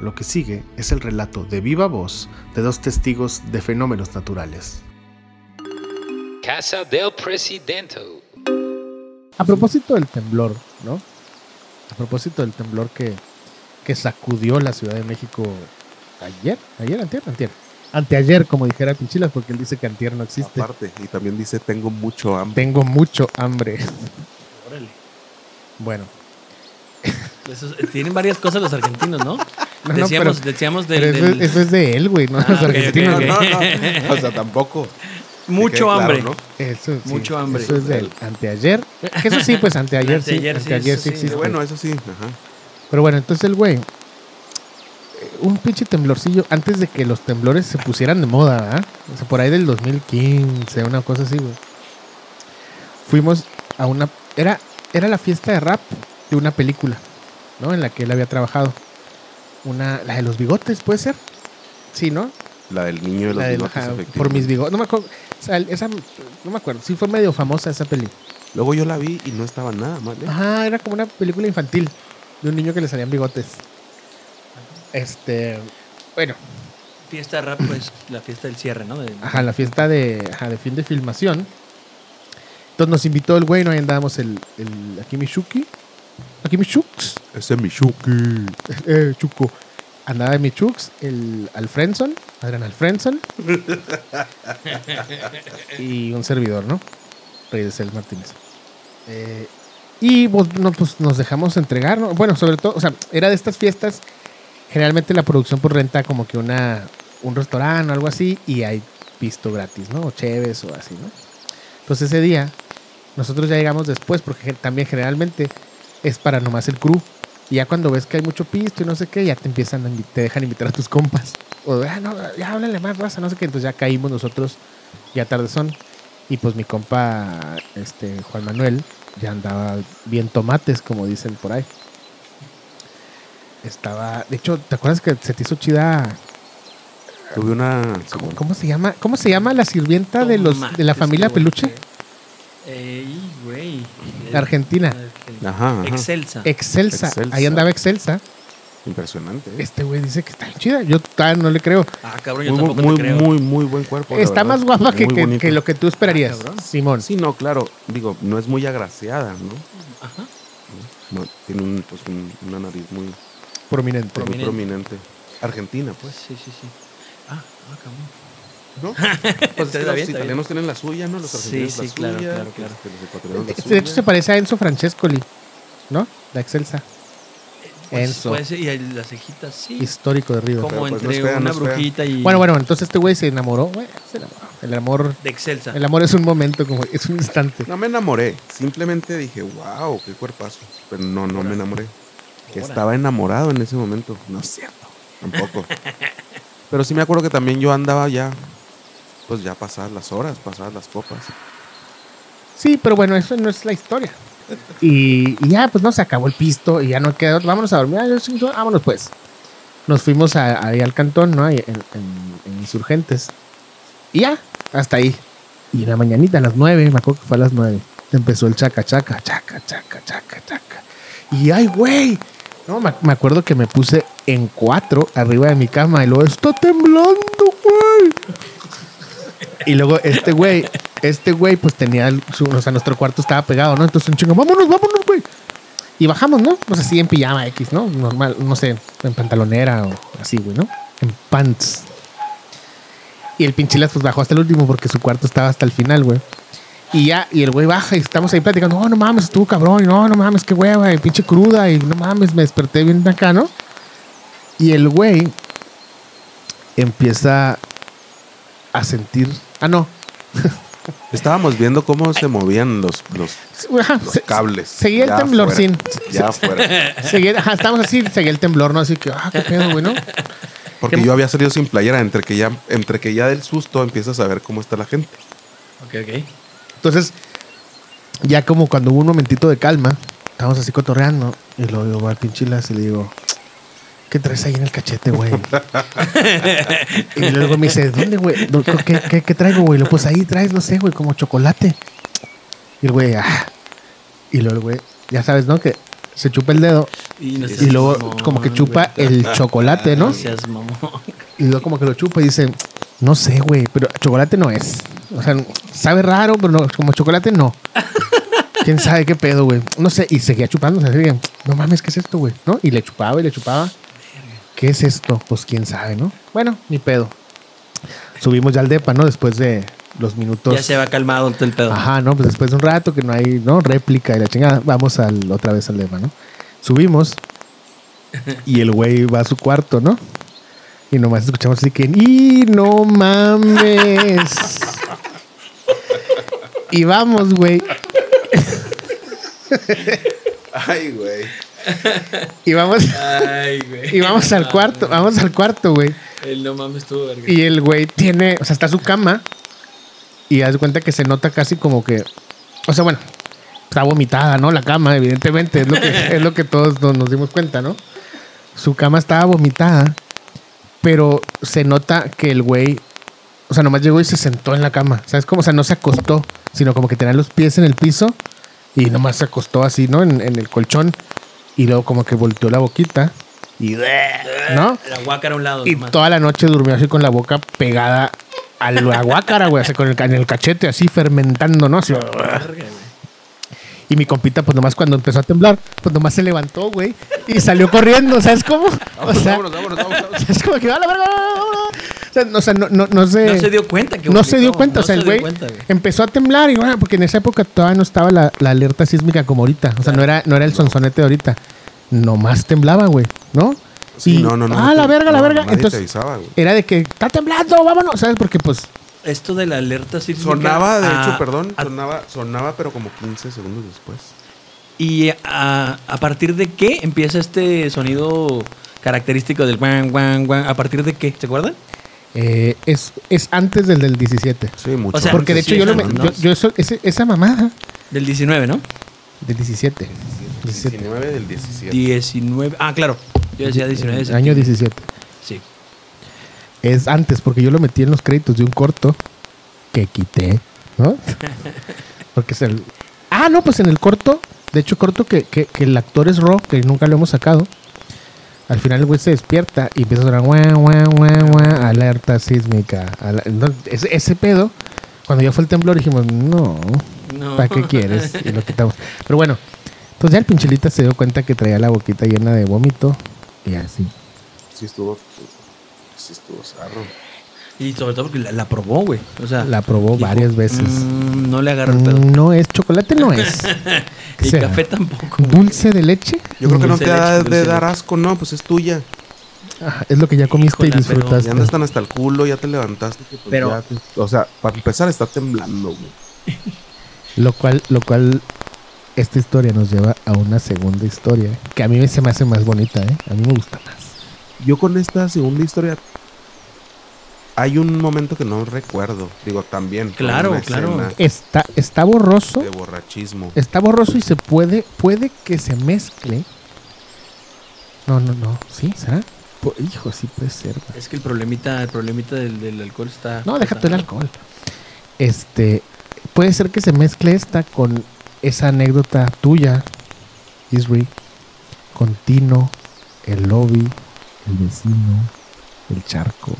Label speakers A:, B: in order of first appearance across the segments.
A: Lo que sigue es el relato de viva voz de dos testigos de fenómenos naturales.
B: Casa del Presidente.
C: A propósito del temblor, ¿no? A propósito del temblor que, que sacudió la Ciudad de México ayer, ayer, antier, antier. Anteayer, como dijera Pichilas, porque él dice que antier no existe.
D: Aparte, y también dice tengo mucho hambre.
C: Tengo mucho hambre.
E: Órale.
C: Bueno,
E: Eso- tienen varias cosas los argentinos, ¿no?
C: no,
E: decíamos, decíamos del,
C: pero eso,
E: del-
C: eso es de él, güey, no
E: Ah,
C: los
E: ok, ok,
C: argentinos.
D: No,
E: ok.
D: no, no. O sea, tampoco. Que
E: mucho
D: quede claro,
E: hambre.
D: ¿no?
C: Eso, sí,
E: Mucho hambre.
C: Eso es de él. Anteayer. que Eso sí, pues anteayer,
E: Anteayer,
C: sí.
E: sí,
C: Anteayer
E: eso
C: sí,
E: sí.
C: existe.
D: Sí, bueno, eso sí. Ajá.
C: Pero bueno, entonces el güey, eh, un pinche temblorcillo, antes de que los temblores se pusieran de moda, ¿verdad? O sea, por ahí del 2015, una cosa así, güey. Fuimos a una... Era, era la fiesta de rap de una película, ¿no? En la que él había trabajado. Una, la de los bigotes, ¿puede ser? Sí, ¿no?
D: La del niño de los
C: La del-
D: bigotes,
C: ajá,
D: efectivamente.
C: por mis bigotes. No me acuerdo. o sea, esa, no me acuerdo. Sí fue medio famosa esa peli.
D: Luego yo la vi y no estaba nada mal. ¿eh?
C: Ajá, era como una película infantil de un niño que le salían bigotes. Este, bueno,
E: Fiesta rap pues la fiesta del cierre, ¿no? De-
C: ajá, la fiesta de, ajá, de fin de filmación. Entonces nos invitó el güey, no ahí andábamos el, el Akimi Shuki. Akimi Shuks,
D: Ese Michuki.
C: eh, Chuco. Andaba mi Chux, el Alfrenson, Adrián Alfrenson. y un servidor, ¿no? Rey de Cel Martínez. Eh, y vos- no, pues, nos dejamos entregar, ¿no? Bueno, sobre todo, o sea, era de estas fiestas. Generalmente la producción por renta como que una un restaurante o algo así y hay pisto gratis, ¿no? O cheves o así, ¿no? Entonces ese día nosotros ya llegamos después porque gen- también generalmente es para nomás el crew. Y ya cuando ves que hay mucho pisto y no sé qué, ya te empiezan a invi- te dejan invitar a tus compas. O ah, no, ya háblale más raza, no sé qué. Entonces ya caímos nosotros, ya tarde son. Y pues mi compa, este, Juan Manuel, ya andaba bien tomates, como dicen por ahí. Estaba, de hecho, ¿te acuerdas que se te hizo chida?
D: Tuve una.
C: ¿Cómo, cómo se llama? ¿Cómo se llama la sirvienta de los de la
E: Tomates,
C: familia
E: qué bueno
C: peluche?
E: que- Ey, güey.
C: La Argentina.
E: Argentina.
D: Ajá. ajá.
E: Excelsa.
C: Excelsa.
D: Excelsa.
C: Ahí andaba Excelsa.
D: Impresionante. ¿eh?
C: Este güey dice que está bien chida. Yo ah, no le creo.
E: ah, cabrón, yo
D: Muy,
E: tampoco
D: muy,
E: te
D: muy,
E: creo.
D: muy, muy buen cuerpo. la
C: Está
D: verdad.
C: más guapa que,
D: Muy
C: que-
D: bonito.
C: que lo que tú esperarías,
E: Ah, cabrón.
C: Simón.
D: Sí, no, claro. Digo, no es muy agraciada, ¿no?
E: Ajá.
D: No, tiene un, pues, un- una nariz muy muy
C: Prominente.
D: prominente.
E: Prominente.
D: Argentina, pues.
E: Pues sí, sí, sí. Ah, ah, cabrón.
D: ¿No? Pues es que
E: Está
D: los
E: bien, está
D: italianos tienen la suya, ¿no? Los
E: Sí,
D: argentinos la
E: sí, claro,
D: suya,
E: claro,
D: que
E: claro.
D: este, los ecuatorianos la
C: Este, de hecho,
D: suya.
C: se parece a Enzo Francescoli, ¿no? La Excelsa.
E: Pues,
C: Enzo.
E: puede ser, y ahí las cejitas, sí.
C: Histórico de River.
E: Como
D: pues, no
E: entre
D: es fea, no
E: una
D: es fea.
E: brujita y.
C: Bueno, bueno, entonces este güey se enamoró. Bueno, se enamoró. El amor,
E: De Excelsa.
C: el amor es un momento, como es un instante.
D: No me enamoré. Simplemente dije, wow, qué cuerpazo. Pero no, no me enamoré. Que
E: Órale.
D: estaba enamorado en ese momento. No es cierto. Tampoco. Pero sí me acuerdo que también yo andaba ya, pues ya pasadas las horas, pasadas las copas.
C: Sí, pero bueno, eso no es la historia. Y, y ya, pues no, se acabó el pisto y ya no quedó. Vámonos a dormir. Ah, yo sí, yo- Vámonos, pues. Nos fuimos a- ahí al cantón, ¿no? Ahí En, en- en Insurgentes. Y ya, hasta ahí. Y en la mañanita, a las nueve, me acuerdo que fue a las nueve, empezó el chaca, chaca, chaca, chaca, chaca, chaca. Y ay, güey. No, me, me acuerdo que me puse en cuatro arriba de mi cama y luego, está temblando, güey. Y luego este güey, este güey, pues tenía el- su, o sea, nuestro cuarto estaba pegado, ¿no? Entonces un chingo, vámonos, vámonos, güey. Y bajamos, ¿no? Pues así en pijama X, ¿no? Normal, no sé, en pantalonera o así, güey, ¿no? En pants. Y el pinchilas pues bajó hasta el último porque su cuarto estaba hasta el final, güey. Y ya, y el güey baja y estamos ahí platicando, no, no mames, tú cabrón, y no, no mames, qué hueva, y pinche cruda, y no mames, me desperté bien acá, ¿no? Y el güey empieza a sentir, ah, no,
D: Estábamos viendo cómo se movían los, los,
C: Ajá,
D: los
C: se-
D: cables.
C: seguía el
D: Ya
C: temblorcín.
D: fuera, Ya fuera.
C: seguía- ajá, estábamos así, seguía el temblor, ¿no? Así que, ah, qué pedo, güey, ¿no?
D: Porque
C: ¿Qué-
D: yo había salido sin playera, entre que ya, entre que ya del susto empiezas a ver cómo está la gente.
E: Ok, ok.
C: Entonces, ya como cuando hubo un momentito de calma, estábamos así cotorreando, y luego yo voy al pinchilas y le digo, ¿qué traes ahí en el cachete, güey? y luego me dice, ¿dónde, güey? ¿Dó- ¿Qué, qué, qué traigo, güey? Lo, pues ahí traes, no sé, güey, como chocolate. Y el güey, ah. Y luego el güey, ya sabes, ¿no? Que se chupa el dedo
E: Y, no
C: y
E: seas
C: luego
E: mamón,
C: como que chupa
E: güey.
C: el chocolate, ¿no?
E: No seas mamón.
C: Y luego como que lo chupa y dice, no sé, güey, pero chocolate no es. O sea, sabe raro, pero no, como chocolate no. ¿Quién sabe qué pedo, güey? No sé, y seguía chupando, o sea, seguía, no mames, ¿qué es esto, güey? ¿No? Y le chupaba y le chupaba. ¿Qué es esto? Pues quién sabe, ¿no? Bueno, ni pedo. Subimos ya al depa, ¿no? Después de los minutos.
E: Ya se va calmado todo el pedo.
C: Ajá, no, pues después de un rato que no hay, ¿no? Réplica y la chingada, vamos al, otra vez al lema, ¿no? Subimos y el güey va a su cuarto, ¿no? Y nomás escuchamos así que, ¡y no mames! y vamos, güey,
D: Ay, güey.
C: y vamos,
E: Ay, güey. Ah,
C: y vamos al cuarto, vamos al cuarto, güey.
E: El no mames tú, verga.
C: Y el güey tiene, o sea, está su cama y haz de cuenta que se nota casi como que, o sea, bueno, está vomitada, ¿no? La cama, evidentemente, es lo que, es lo que todos nos, nos dimos cuenta, ¿no? Su cama estaba vomitada, pero se nota que el güey, o sea, nomás llegó y se sentó en la cama, ¿sabes? Como, o sea, no se acostó, sino como que tenía los pies en el piso y nomás se acostó así, ¿no? En, en el colchón y luego como que volteó la boquita y, ¿no?
E: La guácara a un lado.
C: Y
E: nomás.
C: toda la noche durmió así con la boca pegada a la guácara, güey, así con el, ca- en el cachete, así fermentando, ¿no? Así,
E: Verga, güey.
C: y mi compita, pues nomás cuando empezó a temblar, pues nomás se levantó, güey, y salió corriendo, ¿sabes cómo? O
D: Vámonos,
C: sea,
D: vámonos, vámonos, vámonos.
C: es como que, "A la verga, vámonos". O sea, no- o sea, no, no, no se...
E: No se dio cuenta que
C: Eh, no se
E: vomitó,
C: dio cuenta,
E: no
C: o sea,
E: se
C: el
E: dio
C: güey
E: cuenta, güey.
C: empezó a temblar y bueno, porque en esa época todavía no estaba la, la alerta sísmica como ahorita, o sea, no era no era el sonsonete de ahorita. Nomás temblaba, güey, ¿no?
D: Sí,
C: Y,
D: no, no, no.
C: Ah,
D: no
C: la
D: te-
C: verga, la
D: no,
C: verga.
D: nadie te
C: Entonces
D: avisaba, güey.
C: era de que está temblando, vámonos, ¿sabes? Porque pues
E: Esto de la alerta sísmica.
D: Sonaba, de
E: ah,
D: hecho, perdón,
E: ah,
D: sonaba, sonaba, pero como 15 segundos después.
E: ¿Y a, a partir de qué empieza este sonido característico del guan, guan, guan? ¿A partir de qué? ¿Se acuerdan?
C: eh, es, es antes del del 17.
D: Sí, mucho.
E: O sea,
C: Porque de
E: sí,
C: hecho yo,
E: es
C: lo,
E: antes,
C: me-
E: ¿no?
C: yo, yo eso- ese- esa mamada
E: Del 19, ¿no?
C: del 17. 17.
D: 19 del 17.
E: 19. Ah, claro. Yo decía 19. de
C: Año
E: septiembre.
C: 17.
E: Sí.
C: Es antes, porque yo lo metí en los créditos de un corto que quité, ¿no? Porque es el... Ah, no, pues en el corto, de hecho corto que, que- que el actor es Ro, que nunca lo hemos sacado. Al final el güey se despierta y empieza a sonar, "Guau, guau, guau, guau, alerta sísmica. ala-". Entonces, ese, ese pedo, cuando ya fue el temblor dijimos, no,
E: No.
C: ¿para qué quieres? Y lo quitamos. Pero bueno, entonces ya el pinchelita se dio cuenta que traía la boquita llena de vómito y así.
D: Sí estuvo. Sí estuvo zarro.
E: Y sobre todo porque la, la probó, güey. O sea,
C: La probó
E: dijo,
C: varias veces.
E: "Mm, no le agarro el pedo.
C: No es chocolate, no es. ¿Qué
E: Y
C: será?
E: café tampoco. güey.
C: ¿Dulce de leche?
D: Yo creo que no
E: Dulce
D: te
E: leche,
D: da
E: dulce
D: de dar
E: leche.
D: asco, no, pues es tuya.
C: Ah, es lo que ya comiste y
E: Híjole, pero-
C: disfrutaste.
D: Ya andas tan hasta el culo, ya te levantaste. que, pues,
E: Pero-
D: ya te- o sea, para empezar está temblando, güey.
C: Lo cual, lo cual, esta historia nos lleva a una segunda historia que a mí se me hace más bonita, ¿eh? A mí me gusta más.
D: Yo con esta segunda historia. Hay un momento que no recuerdo. Digo, también. fue
E: Claro,
D: una
E: claro.
D: escena
C: Está, está borroso,
D: De borrachismo.
C: está borroso y se puede, puede que se mezcle. No, no, no. ¿Sí? ¿Será? Po- Hijo, sí puede ser. güey.
E: Es que el problemita, el problemita del, del alcohol está.
C: No, déjate el alcohol. Este, puede ser que se mezcle esta con esa anécdota tuya, Isri, con Tino, el lobby, el vecino, el charco.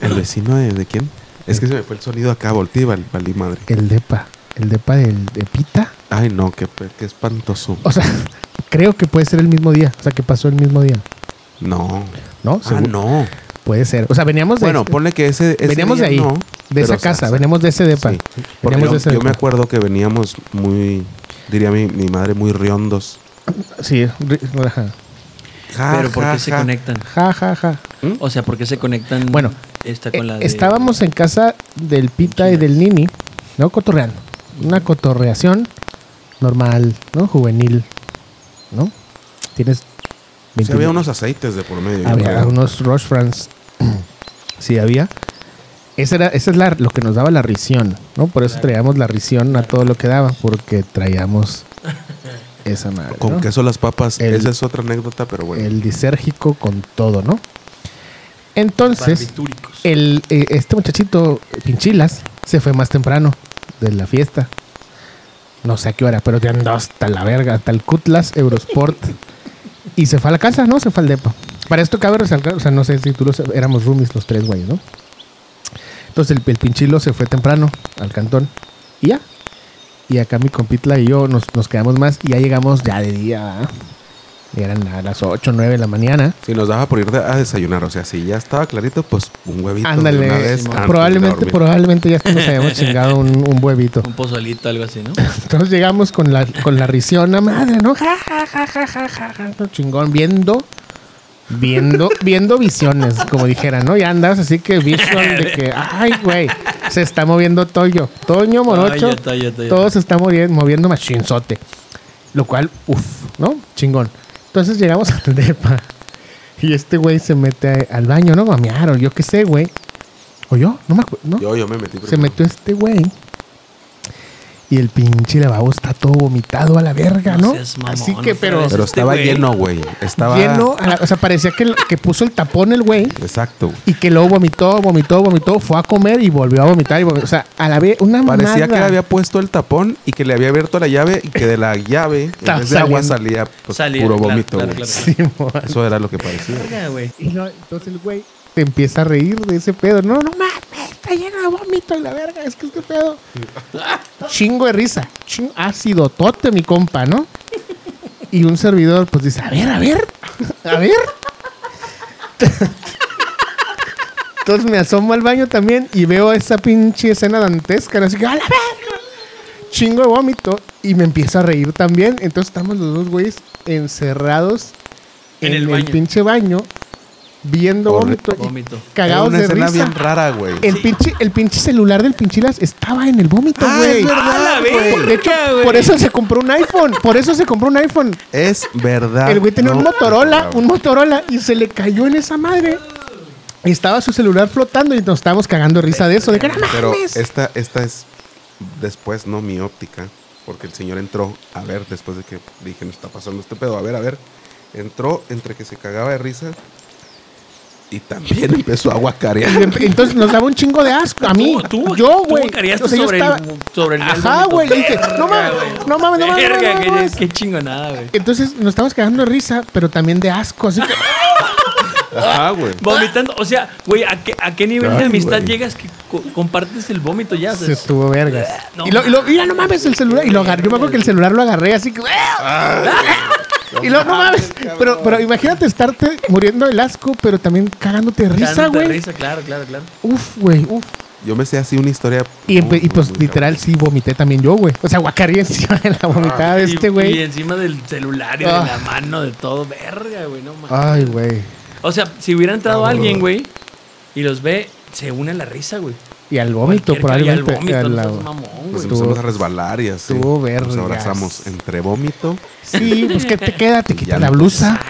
D: ¿El vecino de, de quién? Es que se me fue el sonido acá, volteé y val- valí madre.
C: El depa, el depa del de Pita.
D: Ay, no, qué, pe- qué espantoso.
C: O sea, creo que puede ser el mismo día, o sea, que pasó el mismo día,
D: No.
C: ¿no?
D: Ah,
C: Seguro-
D: no.
C: Puede ser. O sea, veníamos de,
D: Bueno, ponle que ese. ese
C: veníamos de
D: día
C: ahí,
D: no,
C: de
D: pero,
C: esa
D: o sea,
C: casa,
D: sa-
C: veníamos de ese depa.
D: sí. Porque
C: Veníamos
D: yo,
C: de ese
D: yo me
C: depa.
D: acuerdo que veníamos muy, diría mi, mi madre, muy riondos.
C: Sí, ri- ajá.
D: Ja,
E: Pero ¿por
D: ja,
E: qué se
D: ja.
E: conectan?
C: ja, ja, ja.
E: O sea, ¿por qué se conectan?
C: Bueno,
E: esta con
C: Eh,
E: la de-
C: Estábamos en casa del Pita y del Nini, ¿no? Cotorreando. Una cotorreación normal, ¿no? Juvenil, ¿no? Tienes
D: Sí,
C: 20
D: había unos aceites de por medio. yo
C: había
D: creo.
C: unos Rush Friends. sí, había. Esa, era, esa es la, lo que nos daba la risión, ¿no? Por eso traíamos la risión a todo lo que daba, porque traíamos esa madre.
D: Con
C: ¿no?
D: queso las papas.
C: El-
D: Esa es otra anécdota, pero bueno.
C: El disérgico con todo, ¿no? Entonces
E: barbitúricos.
C: el, eh, este muchachito eh, Pinchilas se fue más temprano de la fiesta. No sé a qué hora, pero ya andaba hasta la verga, hasta el Cutlass Eurosport. y se fue a la casa, ¿no? Se fue al depa. Para esto cabe resaltar, o sea, no sé si tú los, éramos roomies los tres, güey, ¿no? Entonces el, el pinchilo se fue temprano al cantón y ya. Y acá mi compitla y yo nos, nos quedamos más y ya llegamos ya de día. ¿verdad? Ya Eran a las 8 o 9 de la mañana.
D: Si nos daba por ir de- a desayunar, o sea, si ya estaba clarito, pues un huevito. de
C: Ándale,
D: una
C: Simón.
D: vez antes de
C: probablemente,
D: dormir.
C: probablemente ya hasta nos habíamos chingado un, un huevito.
E: Un pozolito, algo así, ¿no?
C: Entonces llegamos con la, con la risión a madre, ¿no? Ja, ja, ja, ja, ja, ja, ja, no, chingón, viendo, viendo, viendo visiones, como dijera, ¿no? Ya andabas así que visual de que, ay, güey, se está moviendo Toyo. Toño Morocho,
E: Toyo, Toyo, Toyo.
C: todo se está movi- moviendo machinzote. Lo cual, uff, ¿no? Chingón. Entonces llegamos al depa y este güey se mete al baño, ¿no? Mamear o yo qué sé, güey. O yo, no me acuerdo, ¿no?
D: Yo, yo me metí.
C: Se
D: primero.
C: metió este güey. Y el pinche lavabo está todo vomitado a la verga, ¿no?
E: No seas mamón,
C: Así que,
E: otra
C: pero
E: vez.
D: Pero
E: Este
D: estaba
E: güey.
D: lleno, güey. Estaba
C: lleno, a la- o sea, parecía que, lo- que puso el tapón el güey
D: Exacto. güey.
C: y que luego vomitó, vomitó, vomitó, fue a comer y volvió a vomitar. Y vomitó. O sea, a la vez, una
D: Parecía
C: mamada.
D: que le había puesto el tapón y que le había abierto la llave y que de la llave, en
C: Estaba
D: vez de agua,
C: saliendo.
D: salía pues,
E: Salía,
D: puro
E: claro,
D: vómito,
E: claro,
D: güey.
E: claro.
C: Sí, mo-
D: Eso era lo que parecía.
E: Verga, güey.
C: y no, entonces el güey se empieza a reír de ese pedo. No, no mames, está lleno de vómito y la verga, es que este pedo. Chingo de risa. Chingo, ácido tote, mi compa, ¿no? Y un servidor, pues dice, a ver, a ver, a ver. Entonces me asomo al baño también y veo esa pinche escena dantesca. ¿no? Así que, ¡a la verga! Chingo de vómito. Y me empieza a reír también. Entonces estamos los dos güeyes encerrados en,
E: En el
C: el,
E: baño.
C: pinche baño, viendo
D: Correcto.
C: vómito, y
E: Vómito.
D: Era
C: cagados
D: una
C: de
D: escena
C: risa.
D: bien rara, güey.
C: El pinche, el pinche celular del pinchilas estaba en el vómito,
D: Ah,
C: güey.
D: es verdad,
E: ¡A la
D: güey.
E: verga,
C: de hecho,
E: güey!
C: por eso se compró un iPhone. Por eso se compró un iPhone.
D: Es verdad.
C: El güey tenía
D: Ah, No,
C: un Motorola,
D: güey.
C: un Motorola, y se le cayó en esa madre. Y estaba su celular flotando y nos estábamos cagando de risa de eso. De que no
D: Pero
C: mames.
D: esta, esta es después, no mi óptica, porque el señor entró a ver después de que dije, no está pasando este pedo, a ver, a ver. Entró entre que se cagaba de risa y también empezó a
C: Y
D: guacarear.
C: em- Entonces nos daba un chingo de asco. A mí,
E: Tú- tú-
C: yo,
E: tú
C: güey.
E: careaste
C: O sea, yo
E: sobre el-
C: estaba-
E: sobre el
C: Ajá,
E: vómito.
C: güey. le dije, no mames, no mames, no mames. no
E: Verga,
C: mames,
E: qué-
C: no mames.
E: qué chingonada, güey.
C: Entonces nos estábamos cagando de risa, pero también de asco. Así que
D: Ajá, güey.
E: Vomitando, o sea, güey, ¿a qué, a qué nivel
D: Ay,
E: de amistad
D: güey.
E: llegas que co- compartes el vómito ya? O sea,
C: se estuvo vergas.
E: Eh, No
C: y lo, y lo- mira, no mames el celular. Y lo agarré. Yo me acuerdo que el celular lo agarré así que. "Eh".
E: Ah,
C: Y luego, no mames. Pero, pero imagínate estarte muriendo del asco, pero también cagándote de risa,
E: cagándote de
C: güey.
E: Risa, claro, claro, claro.
C: Uf, güey, uf.
D: Yo me sé así una historia.
C: Y, empe-
D: muy,
C: y
D: muy,
C: pues
D: muy
C: literal sí vomité también yo, güey. O sea, guacaré encima de la vomitada de
E: Y-
C: este
E: Y,
C: güey.
E: encima del celular y
C: Ah.
E: de la mano, de todo. Verga, güey, no mames.
C: Ay, güey.
E: O sea, si hubiera
C: Ah,
E: entrado alguien, güey, y los ve, se une a la risa, güey.
C: Y al vómito,
E: Cualquier que- y al
C: probablemente.
E: vómito,
C: al
E: no seas
C: lado. Pues
E: mamón,
D: Nos
E: güey.
C: Estuvo-
D: empezamos a resbalar y así.
C: estuvo
D: Nos
C: vergas.
D: abrazamos entre vómito.
C: Sí, pues que te queda, te
D: Y
C: quita
D: ya
C: la
D: no
C: blusa.